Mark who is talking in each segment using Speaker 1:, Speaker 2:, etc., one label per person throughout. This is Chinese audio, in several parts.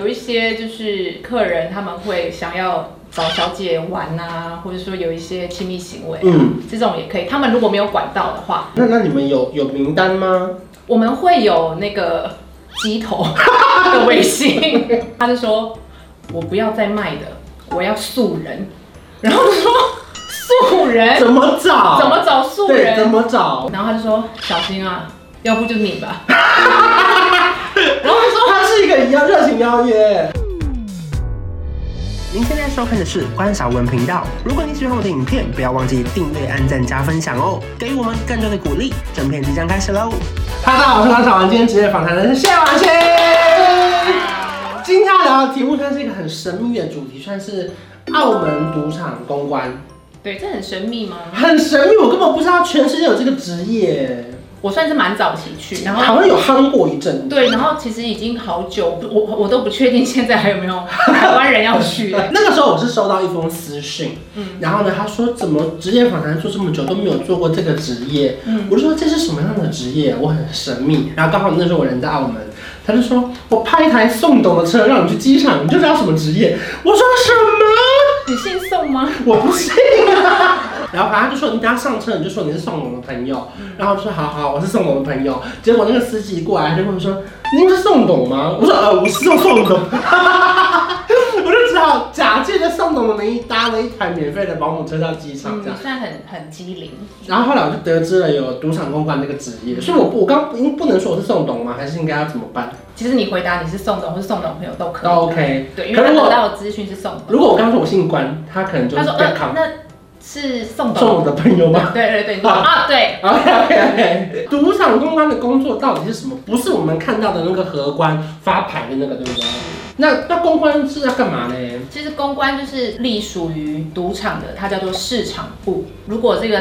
Speaker 1: 有一些就是客人他们会想要找小姐玩啊，或者说有一些亲密行为，
Speaker 2: 嗯，
Speaker 1: 这种也可以。他们如果没有管道的话，
Speaker 2: 那那你们有有名单吗？
Speaker 1: 我们会有那个鸡头的微信，他就说我不要再卖的，我要素人，然后我说素人
Speaker 2: 怎么找？
Speaker 1: 哎怎么找素
Speaker 2: 对？怎
Speaker 1: 人？
Speaker 2: 么找？
Speaker 1: 然后他就说小心啊，要不就你 吧。然后我说
Speaker 2: 它是一个邀热情邀约。您现在收看的是关少文频道。如果你喜欢我的影片，不要忘记订阅、按赞、加分享哦，给予我们更多的鼓励。整片即将开始喽！哈，大家好，我是关少文。今天职业访谈人是谢婉清。今天要聊的题目算是一个很神秘的主题，算是澳门赌场公关，
Speaker 1: 对，这很神秘吗？
Speaker 2: 很神秘，我根本不知道全世界有这个职业，
Speaker 1: 我算是蛮早期去，然
Speaker 2: 好
Speaker 1: 后
Speaker 2: 像有夯过一阵子。
Speaker 1: 对，然后其实已经好久，我我都不确定现在还有没有台湾人要去了。
Speaker 2: 那个时候我是收到一封私讯，
Speaker 1: 嗯
Speaker 2: 然后呢，他说怎么职业访谈做这么久都没有做过这个职业，
Speaker 1: 嗯
Speaker 2: 我就说这是什么样的职业，我很神秘。然后刚好那时候我人在澳门，他就说我派一台送董的车让你去机场，你就知道什么职业。我说什
Speaker 1: 你姓宋吗？
Speaker 2: 么？ 我不信啊。 然后反正他就说你等下上车你就说你是送董的朋友，
Speaker 1: 嗯
Speaker 2: 然后我就说好好我是送董的朋友。结果那个司机过来他就跟我说您是送董吗？我说呃我是送送董。 我就只好假借着宋董的名义搭了一台免费的保姆车到机场
Speaker 1: 嗯，
Speaker 2: 这
Speaker 1: 你
Speaker 2: 样。
Speaker 1: 算很很机灵。
Speaker 2: 然后后来我就得知了有赌场公关这个职
Speaker 1: 嗯
Speaker 2: 业，所以我我刚应不能说我是宋董吗？还是应该要怎么办？
Speaker 1: 其实你回答你是宋董或是宋董朋友都可
Speaker 2: 都
Speaker 1: 以，
Speaker 2: OK。
Speaker 1: 对，因为他
Speaker 2: 哦可是我
Speaker 1: 得到的资讯是宋
Speaker 2: 如
Speaker 1: 董。
Speaker 2: 果我刚说我姓关，他可能就
Speaker 1: 他
Speaker 2: 是
Speaker 1: 说
Speaker 2: 比较
Speaker 1: 呃，
Speaker 2: 扛
Speaker 1: 那是宋
Speaker 2: 宋
Speaker 1: 董。
Speaker 2: 我的朋友吗
Speaker 1: 对对对，你说啊对，
Speaker 2: ？OK OK OK。赌场公关的工作到底是什么？不是我们看到的那个荷官发牌的那个，对不对？那那公关是要干嘛呢？
Speaker 1: 其实公关就是隶属于赌场的，它叫做市场部。如果这个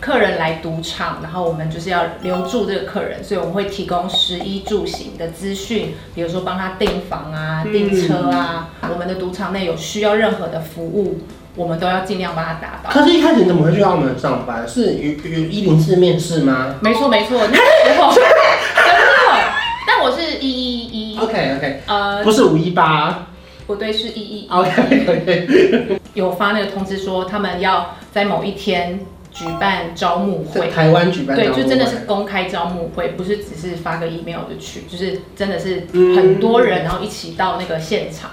Speaker 1: 客人来赌场，然后我们就是要留住这个客人，所以我们会提供食衣住行的资讯，比如说帮他订房啊、
Speaker 2: 嗯
Speaker 1: 订车啊。我们的赌场内有需要任何的服务，我们都要尽量帮他达到。
Speaker 2: 可是，一开始你怎么会去澳门上班？是有有一零四面试吗
Speaker 1: 没错没错，那时候真的，但我是一一一，
Speaker 2: ？OK OK，
Speaker 1: 呃，
Speaker 2: 不是五一八。
Speaker 1: 不对，是一一
Speaker 2: OK OK。
Speaker 1: 有发那个通知说他们要在某一天举办招募
Speaker 2: 在
Speaker 1: 会。
Speaker 2: 台湾举办
Speaker 1: 对，
Speaker 2: 招募
Speaker 1: 就真的
Speaker 2: 会
Speaker 1: 是公开招募会，不是只是发个 email 就去，就是真的是
Speaker 2: 嗯
Speaker 1: 很多人，然后一起到那个现场，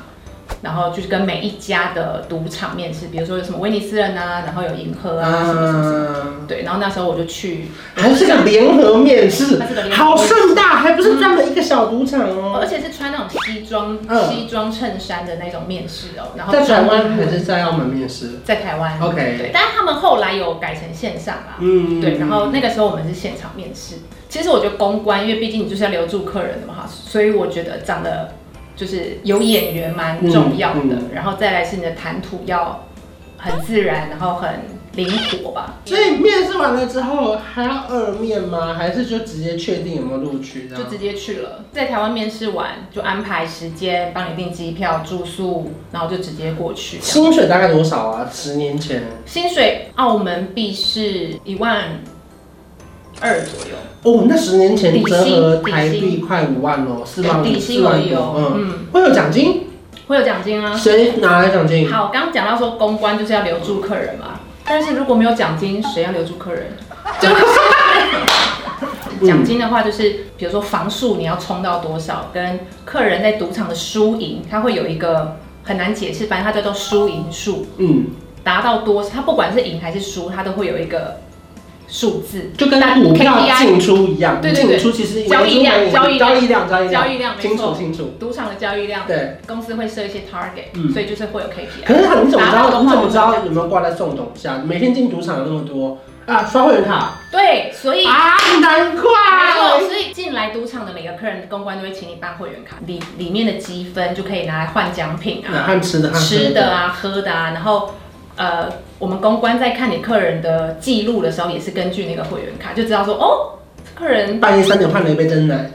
Speaker 1: 然后就是跟每一家的赌场面试，比如说有什么威尼斯人啊，然后有银河啊什么什么什么，
Speaker 2: 啊，
Speaker 1: 对，然后那时候我就去，
Speaker 2: 还是个联合面试
Speaker 1: 它是个，联合
Speaker 2: 好盛大，还不是专门一个小赌场哦
Speaker 1: 而。且是穿那种西装、
Speaker 2: 嗯
Speaker 1: 西装衬衫的那种面试哦，然后
Speaker 2: 在台
Speaker 1: 穿
Speaker 2: 湾
Speaker 1: 英
Speaker 2: 还
Speaker 1: 文
Speaker 2: 是在澳门面试
Speaker 1: 在台湾，对
Speaker 2: ？OK，，
Speaker 1: 但是他们后来有改成线上啦，
Speaker 2: 嗯
Speaker 1: 对，然后那个时候我们是现场面试。其实我觉得公关，因为毕竟你就是要留住客人的嘛，所以我觉得长得就是有眼缘蛮重要的。
Speaker 2: 嗯
Speaker 1: 然后再来是你的谈吐要很自然，然后很灵活吧。
Speaker 2: 所以面试完了之后还要二面吗？还是就直接确定有没有录取这
Speaker 1: 就
Speaker 2: 样？
Speaker 1: 直接去了，在台湾面试完就安排时间，帮你订机票、住宿，然后就直接过去。
Speaker 2: 薪水大概多少啊？十年前，
Speaker 1: 薪水澳门币是一万二左右，
Speaker 2: 哦，那十年前
Speaker 1: 底薪
Speaker 2: 折合
Speaker 1: 底薪
Speaker 2: 台币快五万哦，四万
Speaker 1: 底薪
Speaker 2: 四
Speaker 1: 而
Speaker 2: 万
Speaker 1: 已
Speaker 2: 多，
Speaker 1: 哦
Speaker 2: 嗯，
Speaker 1: 嗯，
Speaker 2: 会有奖金？
Speaker 1: 会有奖金啊。啊
Speaker 2: 谁拿来奖金？
Speaker 1: 好，刚刚讲到说公关就是要留住客人嘛，但是如果没有奖金，谁要留住客 人？就是奖金的话，就是比如说房数你要冲到多少，跟客人在赌场的输赢，它会有一个很难解释，反正它叫做输赢数，
Speaker 2: 嗯，
Speaker 1: 达到多少，它不管是赢还是输，它都会有一个数字，
Speaker 2: 就跟股票
Speaker 1: KPI
Speaker 2: 进出一样，
Speaker 1: 对对对
Speaker 2: 进出其实
Speaker 1: 交易量
Speaker 2: 交易
Speaker 1: 交
Speaker 2: 交
Speaker 1: 易
Speaker 2: 易量，交易
Speaker 1: 交
Speaker 2: 量，
Speaker 1: 易量没
Speaker 2: 嗯清楚
Speaker 1: 错，
Speaker 2: 清楚。
Speaker 1: 赌场的交易量，
Speaker 2: 对，
Speaker 1: 公司会设一些 target，、
Speaker 2: 嗯
Speaker 1: 所以就是会有 KPI。
Speaker 2: 可是他你怎么知
Speaker 1: 达到的
Speaker 2: 道？
Speaker 1: 话
Speaker 2: 你怎么知道有没有挂在送董下？每天进赌场有那么多啊，刷会员卡
Speaker 1: 对，所以
Speaker 2: 啊，难
Speaker 1: 哎没错，
Speaker 2: 怪。
Speaker 1: 所以进来赌场的每个客人，公关都会请你办会员卡，里里面的积分就可以拿来换奖品
Speaker 2: 那
Speaker 1: 啊、
Speaker 2: 和吃的和喝
Speaker 1: 吃的，啊、喝的啊。然后，呃，我们公关在看你客人的记录的时候，也是根据那个会员卡就知道说，哦，客人
Speaker 2: 半夜三点换了一杯真奶，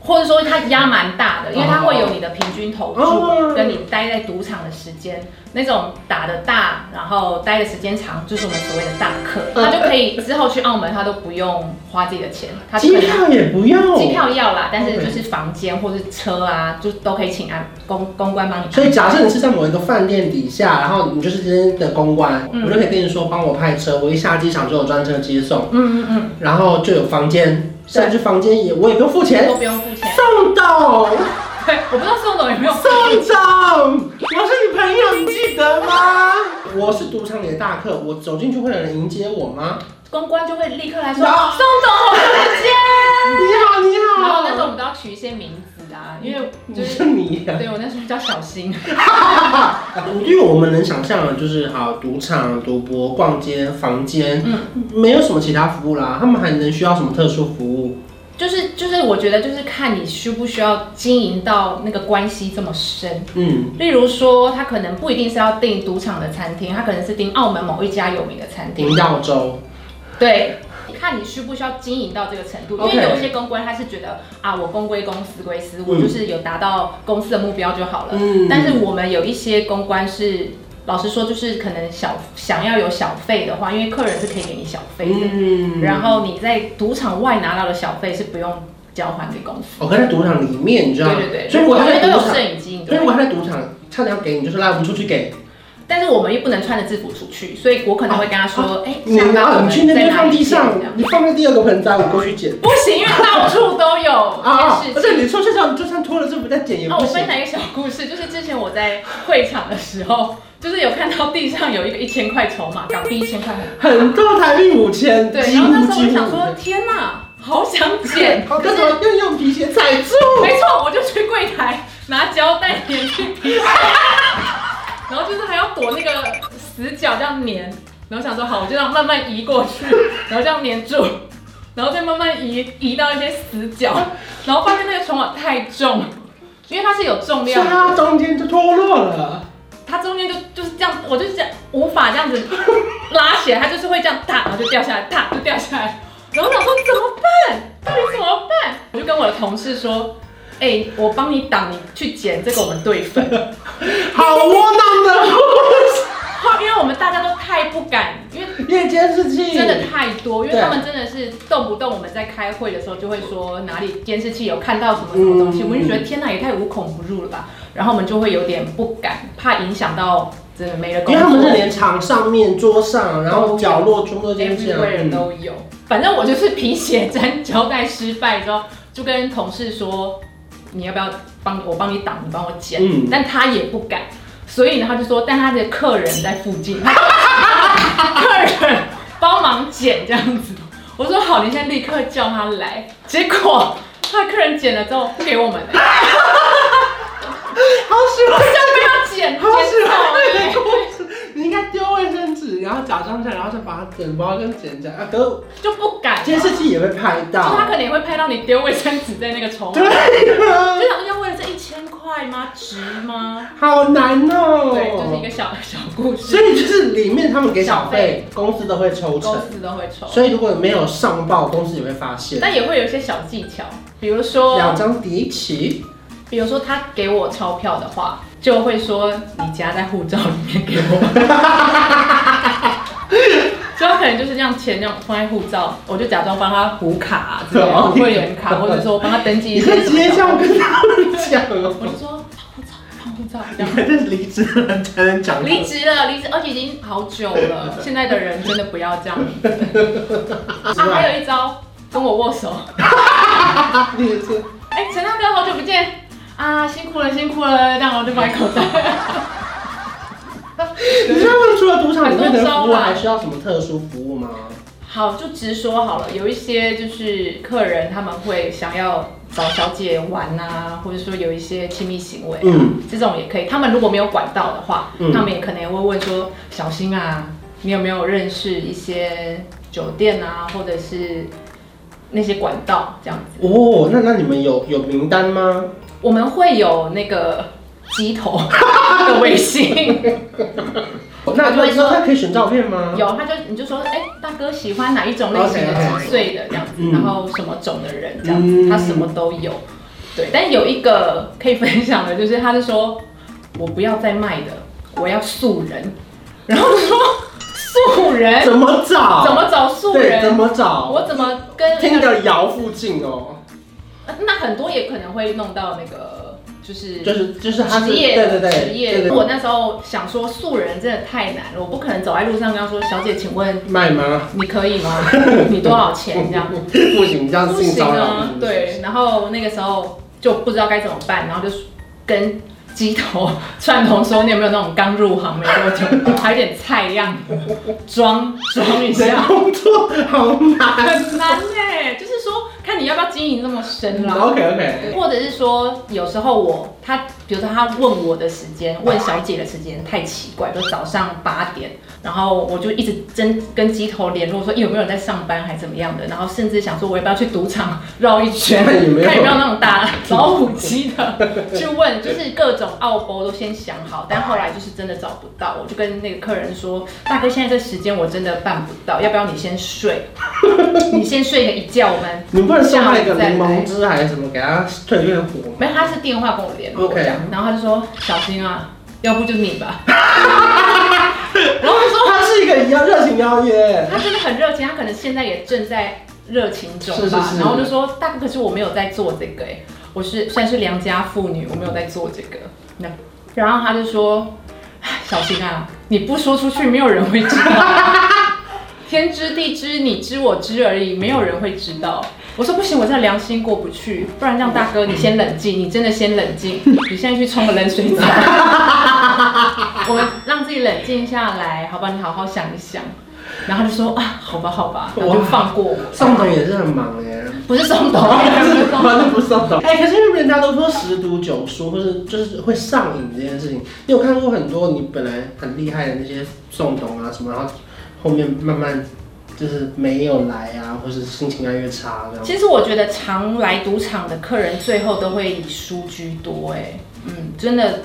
Speaker 1: 或者说它压蛮大的，因为它会有你的平均投
Speaker 2: 哦
Speaker 1: 注跟你待在赌场的时间，那种打的大，然后待的时间长，就是我们所谓的大客，他就可以之后去澳门，他都不用花自己的钱，他就
Speaker 2: 机
Speaker 1: 可以
Speaker 2: 票也不要，
Speaker 1: 机票要啦，但是
Speaker 2: OK
Speaker 1: 就是房间或是车啊，就都可以请安公公关帮你安排。
Speaker 2: 所以假设你是在某一个饭店底下，然后你就是今天的公关，
Speaker 1: 嗯
Speaker 2: 我就可以跟你说帮我派车，我一下机场就有专车接送，
Speaker 1: 嗯嗯嗯，
Speaker 2: 然后就有房间，甚至房间也我也不用付钱，
Speaker 1: 都不用付钱。
Speaker 2: 送到
Speaker 1: 对，我不知道宋总有没有付
Speaker 2: 送到，我是你朋友，你记得吗？我是赌场里的大客，我走进去会有人迎接我 吗？
Speaker 1: 公关就会立刻来说，
Speaker 2: 啊
Speaker 1: 宋总好久不见。
Speaker 2: 你好，你好，
Speaker 1: 然后那时候我们都要取一些名字啊，因为就
Speaker 2: 你
Speaker 1: 是
Speaker 2: 是你啊呀、
Speaker 1: 对我那时候叫小新，
Speaker 2: 啊因为我们能想象的就是，好赌场、赌博、逛街、房间，嗯，没有什么其他服务啦，他们还能需要什么特殊服务？
Speaker 1: 就是就是我觉得就是看你需不需要经营到那个关系这么深。
Speaker 2: 嗯，
Speaker 1: 例如说，他可能不一定是要订赌场的餐厅，他可能是订澳门某一家有名的餐厅。
Speaker 2: 林耀州，
Speaker 1: 对，看你需不需要经营到这个程度，因
Speaker 2: OK
Speaker 1: 为有一些公关他是觉得啊，我公归公，私归私，我
Speaker 2: 嗯
Speaker 1: 就是有达到公司的目标就好了。
Speaker 2: 嗯
Speaker 1: 但是我们有一些公关是，老实说，就是可能小想要有小费的话，因为客人是可以给你小费的，
Speaker 2: 嗯
Speaker 1: 然后你在赌场外拿到的小费是不用交还给公司。
Speaker 2: 我哦跟在赌场里面，你知道
Speaker 1: 对
Speaker 2: 吗？
Speaker 1: 对对，
Speaker 2: 所以我
Speaker 1: 因
Speaker 2: 在
Speaker 1: 为
Speaker 2: 赌
Speaker 1: 都有
Speaker 2: 场，
Speaker 1: 摄影机，你
Speaker 2: 所
Speaker 1: 对
Speaker 2: 以。我在赌场差点要给你，就是拉不出去给。
Speaker 1: 但是我们又不能穿着制服出去，所以我可能会跟他说，哎、
Speaker 2: 哦你
Speaker 1: 下班
Speaker 2: 拿，
Speaker 1: 我
Speaker 2: 你
Speaker 1: 们
Speaker 2: 去那
Speaker 1: 在
Speaker 2: 边
Speaker 1: 哪
Speaker 2: 放
Speaker 1: 里 见
Speaker 2: 地上
Speaker 1: 这样，
Speaker 2: 你放在第二个盆栽，我过去捡。
Speaker 1: 不行，因为到处都有
Speaker 2: 啊，
Speaker 1: 这件
Speaker 2: 而
Speaker 1: 事
Speaker 2: 且
Speaker 1: 情。
Speaker 2: 你出去上就算脱了制服再捡也
Speaker 1: 那
Speaker 2: 不
Speaker 1: 哦我分
Speaker 2: 行。
Speaker 1: 享一个小故事，就是之前我在会场的时候，就是有看到地上有一个一千块筹码，港币一千块很
Speaker 2: 很多台币五千，
Speaker 1: 对，
Speaker 2: 几
Speaker 1: 然
Speaker 2: 乎
Speaker 1: 后那时候我
Speaker 2: 几
Speaker 1: 就
Speaker 2: 乎
Speaker 1: 想
Speaker 2: 五
Speaker 1: 说，
Speaker 2: 千。
Speaker 1: 天哪，好想捡，
Speaker 2: 好，
Speaker 1: 可
Speaker 2: 但
Speaker 1: 是
Speaker 2: 是我又用皮鞋踩住。
Speaker 1: 没错，我就去柜台拿胶带粘去皮箱，然后就是还要躲那个死角这样粘，然后想说好，我就这样慢慢移过去，然后这样粘住，然后再慢慢移移到一些死角，然后发现那个筹码太重，因为它是有重
Speaker 2: 所
Speaker 1: 量
Speaker 2: 以
Speaker 1: 的。
Speaker 2: 它中间就脱落了。
Speaker 1: 它中间就就是这样，我就是这样无法这样子拉起来，它就是会这样踏，然后就掉下来，踏就掉下来。然后我想说怎么办？到底怎么办？我就跟我的同事说，哎、我帮你挡，你去捡这个我们对分。
Speaker 2: 好窝囊的 故
Speaker 1: 后因为我们大家都太不敢，因为
Speaker 2: 事，夜间事情
Speaker 1: 真的太多，因为
Speaker 2: 对
Speaker 1: 他们真的是动不动我们在开会的时候就会说哪里监视器有看到什么什么东西，
Speaker 2: 嗯
Speaker 1: 我们就觉得天哪，也太无孔不入了吧。然后我们就会有点不敢，怕影响到真的没了
Speaker 2: 因
Speaker 1: 工
Speaker 2: 为
Speaker 1: 作。
Speaker 2: 他们是连场上面、桌上，然后角落全部都监视
Speaker 1: everywhere
Speaker 2: 啊。
Speaker 1: 都有。反正我就是皮鞋粘胶带失败之后，就跟同事说，你要不要帮我帮你挡，你帮我捡。
Speaker 2: 嗯
Speaker 1: 但他也不敢，所以呢，他就说，但他的客人在附 近，客人帮忙捡这样子。我说好，你现在立刻叫他来。结果他的客人捡了之后不给我们、 欸，
Speaker 2: 好喜欢，
Speaker 1: 要捡，捡
Speaker 2: 好喜
Speaker 1: 走
Speaker 2: 欢
Speaker 1: 欸
Speaker 2: 这个故事。你应该丢卫生纸，然后假装起来，然后再把它整包跟捡起来。啊，可是
Speaker 1: 就不敢。
Speaker 2: 监视器也会拍
Speaker 1: 就他
Speaker 2: 到。
Speaker 1: 可能也会拍到你丢卫生纸在那个筹码
Speaker 2: 对啊
Speaker 1: 就想说要为了这一千块吗？值吗？
Speaker 2: 好难哦。
Speaker 1: 对，就是一个小小故事，
Speaker 2: 所以就是里面他们给
Speaker 1: 小
Speaker 2: 小费，公司都会抽
Speaker 1: 公
Speaker 2: 成。
Speaker 1: 司都会抽，
Speaker 2: 所以如果没有上报，公司也会发现。
Speaker 1: 但也会有一些小技巧，比如
Speaker 2: 两
Speaker 1: 说，
Speaker 2: 张叠一起。
Speaker 1: 比如说他给我钞票的话，就会说你夹在护照里面给 我，所以他可能就是这样钱这样放在护照，我就假装帮他补卡、啊，之类的，
Speaker 2: 哦
Speaker 1: 补会员卡，或者说我帮他登记一
Speaker 2: 你
Speaker 1: 些
Speaker 2: 可以
Speaker 1: 什
Speaker 2: 直
Speaker 1: 么
Speaker 2: 接这
Speaker 1: 的，
Speaker 2: 样跟他们讲哦。
Speaker 1: 我就说放护照，放护照，这
Speaker 2: 你
Speaker 1: 样。
Speaker 2: 还是离职了才能 讲。
Speaker 1: 离职了，离职，而且已经好久了。 现在的人真的不要这样。啊，还有一招，跟我握手。
Speaker 2: 啊离职。
Speaker 1: 哎、陈大哥，好久不见啊，辛苦了，辛苦了，让我就买口袋。
Speaker 2: 你知道他们除了赌场里面的服务，啊还需要什么特殊服务吗？
Speaker 1: 好，就直说好了。有一些就是客人他们会想要找小姐玩啊，或者说有一些亲密行为、
Speaker 2: 嗯
Speaker 1: 嗯，这种也可以。他们如果没有管道的话，
Speaker 2: 嗯
Speaker 1: 他们也可能也会问说：小新啊，你有没有认识一些酒店啊，或者是那些管道这样子？
Speaker 2: 哦，那那你们有有名单吗？
Speaker 1: 我们会有那个鸡头的微信，
Speaker 2: 那
Speaker 1: 我就会说
Speaker 2: 那可以选照片吗？
Speaker 1: 有他就你就说：哎、大哥喜欢哪一种类型的
Speaker 2: OK，OK
Speaker 1: 几岁的这样子，
Speaker 2: 哦嗯
Speaker 1: 然后什么种的人这样
Speaker 2: 嗯
Speaker 1: 子，他什么都有。对，但有一个可以分享的，就是他是说我不要再卖的，我要素人。然后我说素人
Speaker 2: 怎么找？
Speaker 1: 怎么找素
Speaker 2: 对？怎
Speaker 1: 人？
Speaker 2: 么找？
Speaker 1: 我怎么跟
Speaker 2: 听的窑附近哦，
Speaker 1: 那很多也可能会弄到那个就是
Speaker 2: 就是就是他是
Speaker 1: 职
Speaker 2: 对
Speaker 1: 业
Speaker 2: 对对
Speaker 1: 职业。
Speaker 2: 对对
Speaker 1: 我那时候想说素人真的太难了，我不可能走在路上跟他说小姐，请问
Speaker 2: 卖吗？
Speaker 1: 你可以吗？你多少钱这样？
Speaker 2: 不行，这样
Speaker 1: 不
Speaker 2: 性
Speaker 1: 行
Speaker 2: 骚扰
Speaker 1: 啊，
Speaker 2: 是不是
Speaker 1: 对，然后那个时候就不知道该怎么办，然后就跟鸡头 串通说，你有没有那种刚入行没多久，还有点菜样，装装一
Speaker 2: 你的
Speaker 1: 下，
Speaker 2: 工作好难。
Speaker 1: 很难哎、就是说看你要不要经营那么
Speaker 2: 哦
Speaker 1: 深啦。
Speaker 2: OK OK，
Speaker 1: 或者是说，有时候我他，比如说他问我的时间，问小姐的时间太奇怪，就早上八点，然后我就一直真跟鸡头联络，说哎有没有人在上班还怎么样的，然后甚至想说我要不要去赌场绕一 圈，
Speaker 2: 看
Speaker 1: 看
Speaker 2: 有
Speaker 1: 有
Speaker 2: 没
Speaker 1: 没
Speaker 2: 有
Speaker 1: 有那种 打老虎机的去问，就是各种奥博都先想好，但后来就是真的找不到，我就跟那个客人说，大哥现在这时间我真的办不到，要不要你先睡，你先睡个一觉，我们
Speaker 2: 你不能送他一个柠檬汁还是什么，给他退点火吗？
Speaker 1: 没有，他是电话跟我联络
Speaker 2: OK
Speaker 1: 这样然后他就说小心啊，要不就你 吧。然后我就说
Speaker 2: 他是一个邀热情邀约，
Speaker 1: 他真的很热情，他可能现在也正在热情中吧。
Speaker 2: 是是是
Speaker 1: 然后我就说大哥，可是我没有在做这个、欸，我是算是良家妇女，我没有在做这个。那然后他就说唉小心啊，你不说出去，没有人会知道。 天知地知，你知我知而已，没有人会知道。我说不行，我这良心过不去，不然让大哥你先冷静，你真的先冷静，你现在去冲个冷水澡， 我们让自己冷静下来，好吧？你好好想一想。然后他就说啊，好吧，好吧，然后就放过我。
Speaker 2: 宋董也是很忙耶。
Speaker 1: 不是松头，
Speaker 2: 完全不送的。哎、可是因为人家都说十毒九输，或是就是会上瘾这件事情，你有看过很多你本来很厉害的那些送童啊什么，然后后面慢慢就是没有来啊，或是心情越来越差这样。
Speaker 1: 其实我觉得常来赌场的客人最后都会以输居多、哎，嗯，真的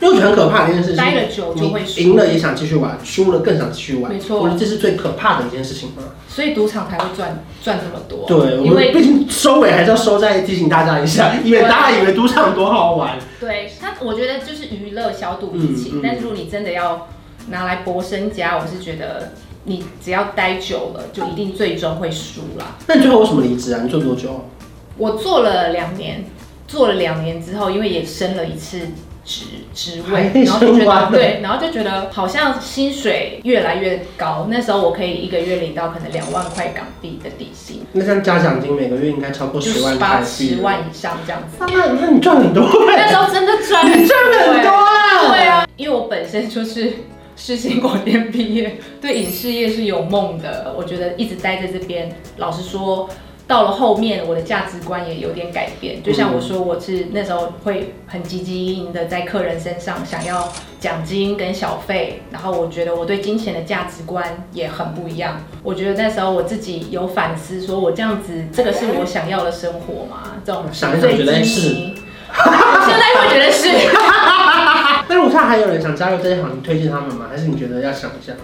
Speaker 2: 因为我觉得很可怕的一件事情，
Speaker 1: 待了久就会
Speaker 2: 你赢
Speaker 1: 输，
Speaker 2: 了也想继续玩，输了更想继续玩。
Speaker 1: 没错
Speaker 2: 我觉得这是最可怕的一件事情嘛。
Speaker 1: 所以赌场才会赚赚这么多。
Speaker 2: 对，我
Speaker 1: 因
Speaker 2: 们
Speaker 1: 为
Speaker 2: 毕竟收尾还是要收在提醒大家一下，因为大家以为赌场多好 玩，
Speaker 1: 对他，我觉得就是娱乐小赌怡
Speaker 2: 嗯
Speaker 1: 情，
Speaker 2: 嗯
Speaker 1: 但是如果你真的要拿来博身家，我是觉得你只要待久了，就一定最终会输啦。
Speaker 2: 那你最后为什么离职啊？你做多久？
Speaker 1: 我做了两年，做了两年之后，因为也升了一次职职
Speaker 2: 还
Speaker 1: 位，
Speaker 2: 可以
Speaker 1: 然后就觉
Speaker 2: 升官
Speaker 1: 得
Speaker 2: 的
Speaker 1: 对，然后就觉得好像薪水越来越高。那时候我可以一个月领到可能两万块港币的底薪，
Speaker 2: 那这样加奖金每个月应该超过
Speaker 1: 就
Speaker 2: 哦十
Speaker 1: 是
Speaker 2: 万
Speaker 1: 八
Speaker 2: 台
Speaker 1: 十
Speaker 2: 币。
Speaker 1: 万以上这样子。
Speaker 2: 那那你赚 很多
Speaker 1: 那
Speaker 2: 哎、
Speaker 1: 时候真的赚欸
Speaker 2: 你赚很多啊！
Speaker 1: 对啊，因为我本身就是世新广电毕业， 对影视业是有梦的。我觉得一直待在这边，老实说，到了后面我的价值观也有点改变。就像我说，我是那时候会很积极营营的在客人身上想要奖金跟小费，然后我觉得我对金钱的价值观也很不一样。我觉得那时候我自己有反思，说我这样子，这个是我想要的生活吗？这种
Speaker 2: 想一想
Speaker 1: 最
Speaker 2: 觉得
Speaker 1: 精
Speaker 2: 是
Speaker 1: 明。现在会觉得是。
Speaker 2: 啊但是我看还有人想加入这一行，你推荐他们吗？还是你觉得要想一下？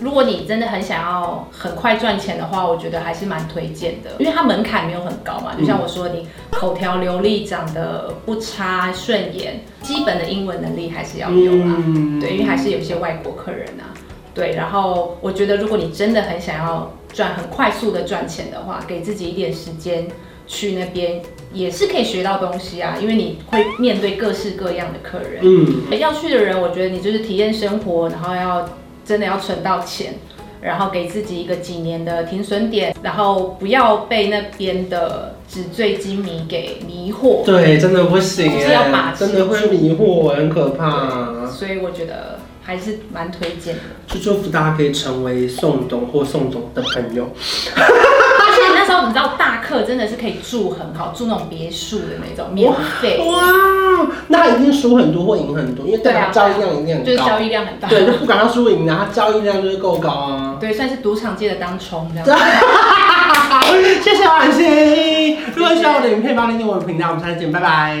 Speaker 1: 如果你真的很想要很快赚钱的话，我觉得还是蛮推荐的，因为它门槛没有很高嘛。就像我说，你口条流利，长得不差，顺眼，基本的英文能力还是要有啦。
Speaker 2: 嗯
Speaker 1: 对，因为还是有一些外国客人啊。对，然后我觉得如果你真的很想要赚很快速的赚钱的话，给自己一点时间去那边也是可以学到东西啊，因为你会面对各式各样的客人。
Speaker 2: 嗯，
Speaker 1: 要去的人，我觉得你就是体验生活，然后要真的要存到钱，然后给自己一个几年的停损点，然后不要被那边的纸醉金迷给迷惑。
Speaker 2: 对，真的不行
Speaker 1: 就
Speaker 2: 哎、
Speaker 1: 是要把持
Speaker 2: 真的会迷惑，很可怕。
Speaker 1: 所以我觉得还是蛮推荐的。
Speaker 2: 就祝福大家可以成为宋董或宋董的朋友。
Speaker 1: 而且那时候你知道大客真的是可以住很好，住那种别墅的那种，免费，
Speaker 2: 哇，那一定输很多或赢很多，因为代
Speaker 1: 对
Speaker 2: 表
Speaker 1: 啊
Speaker 2: 交易量一定很
Speaker 1: 就是交
Speaker 2: 高。
Speaker 1: 易量很大。
Speaker 2: 对，就不管他输赢啊，他交易量就是够高啊。
Speaker 1: 对，算是赌场界的当冲这样。
Speaker 2: 谢谢婉欣。如果喜欢我的影片，帮我订阅我的频道，我们下次见，拜拜。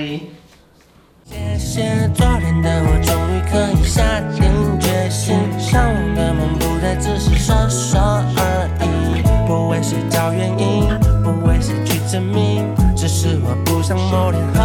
Speaker 3: 谢谢昨天的我，终于可以下定决心，向往的梦不再只是说说而已。不为谁找原因，不为谁去证明，只是我不想某天和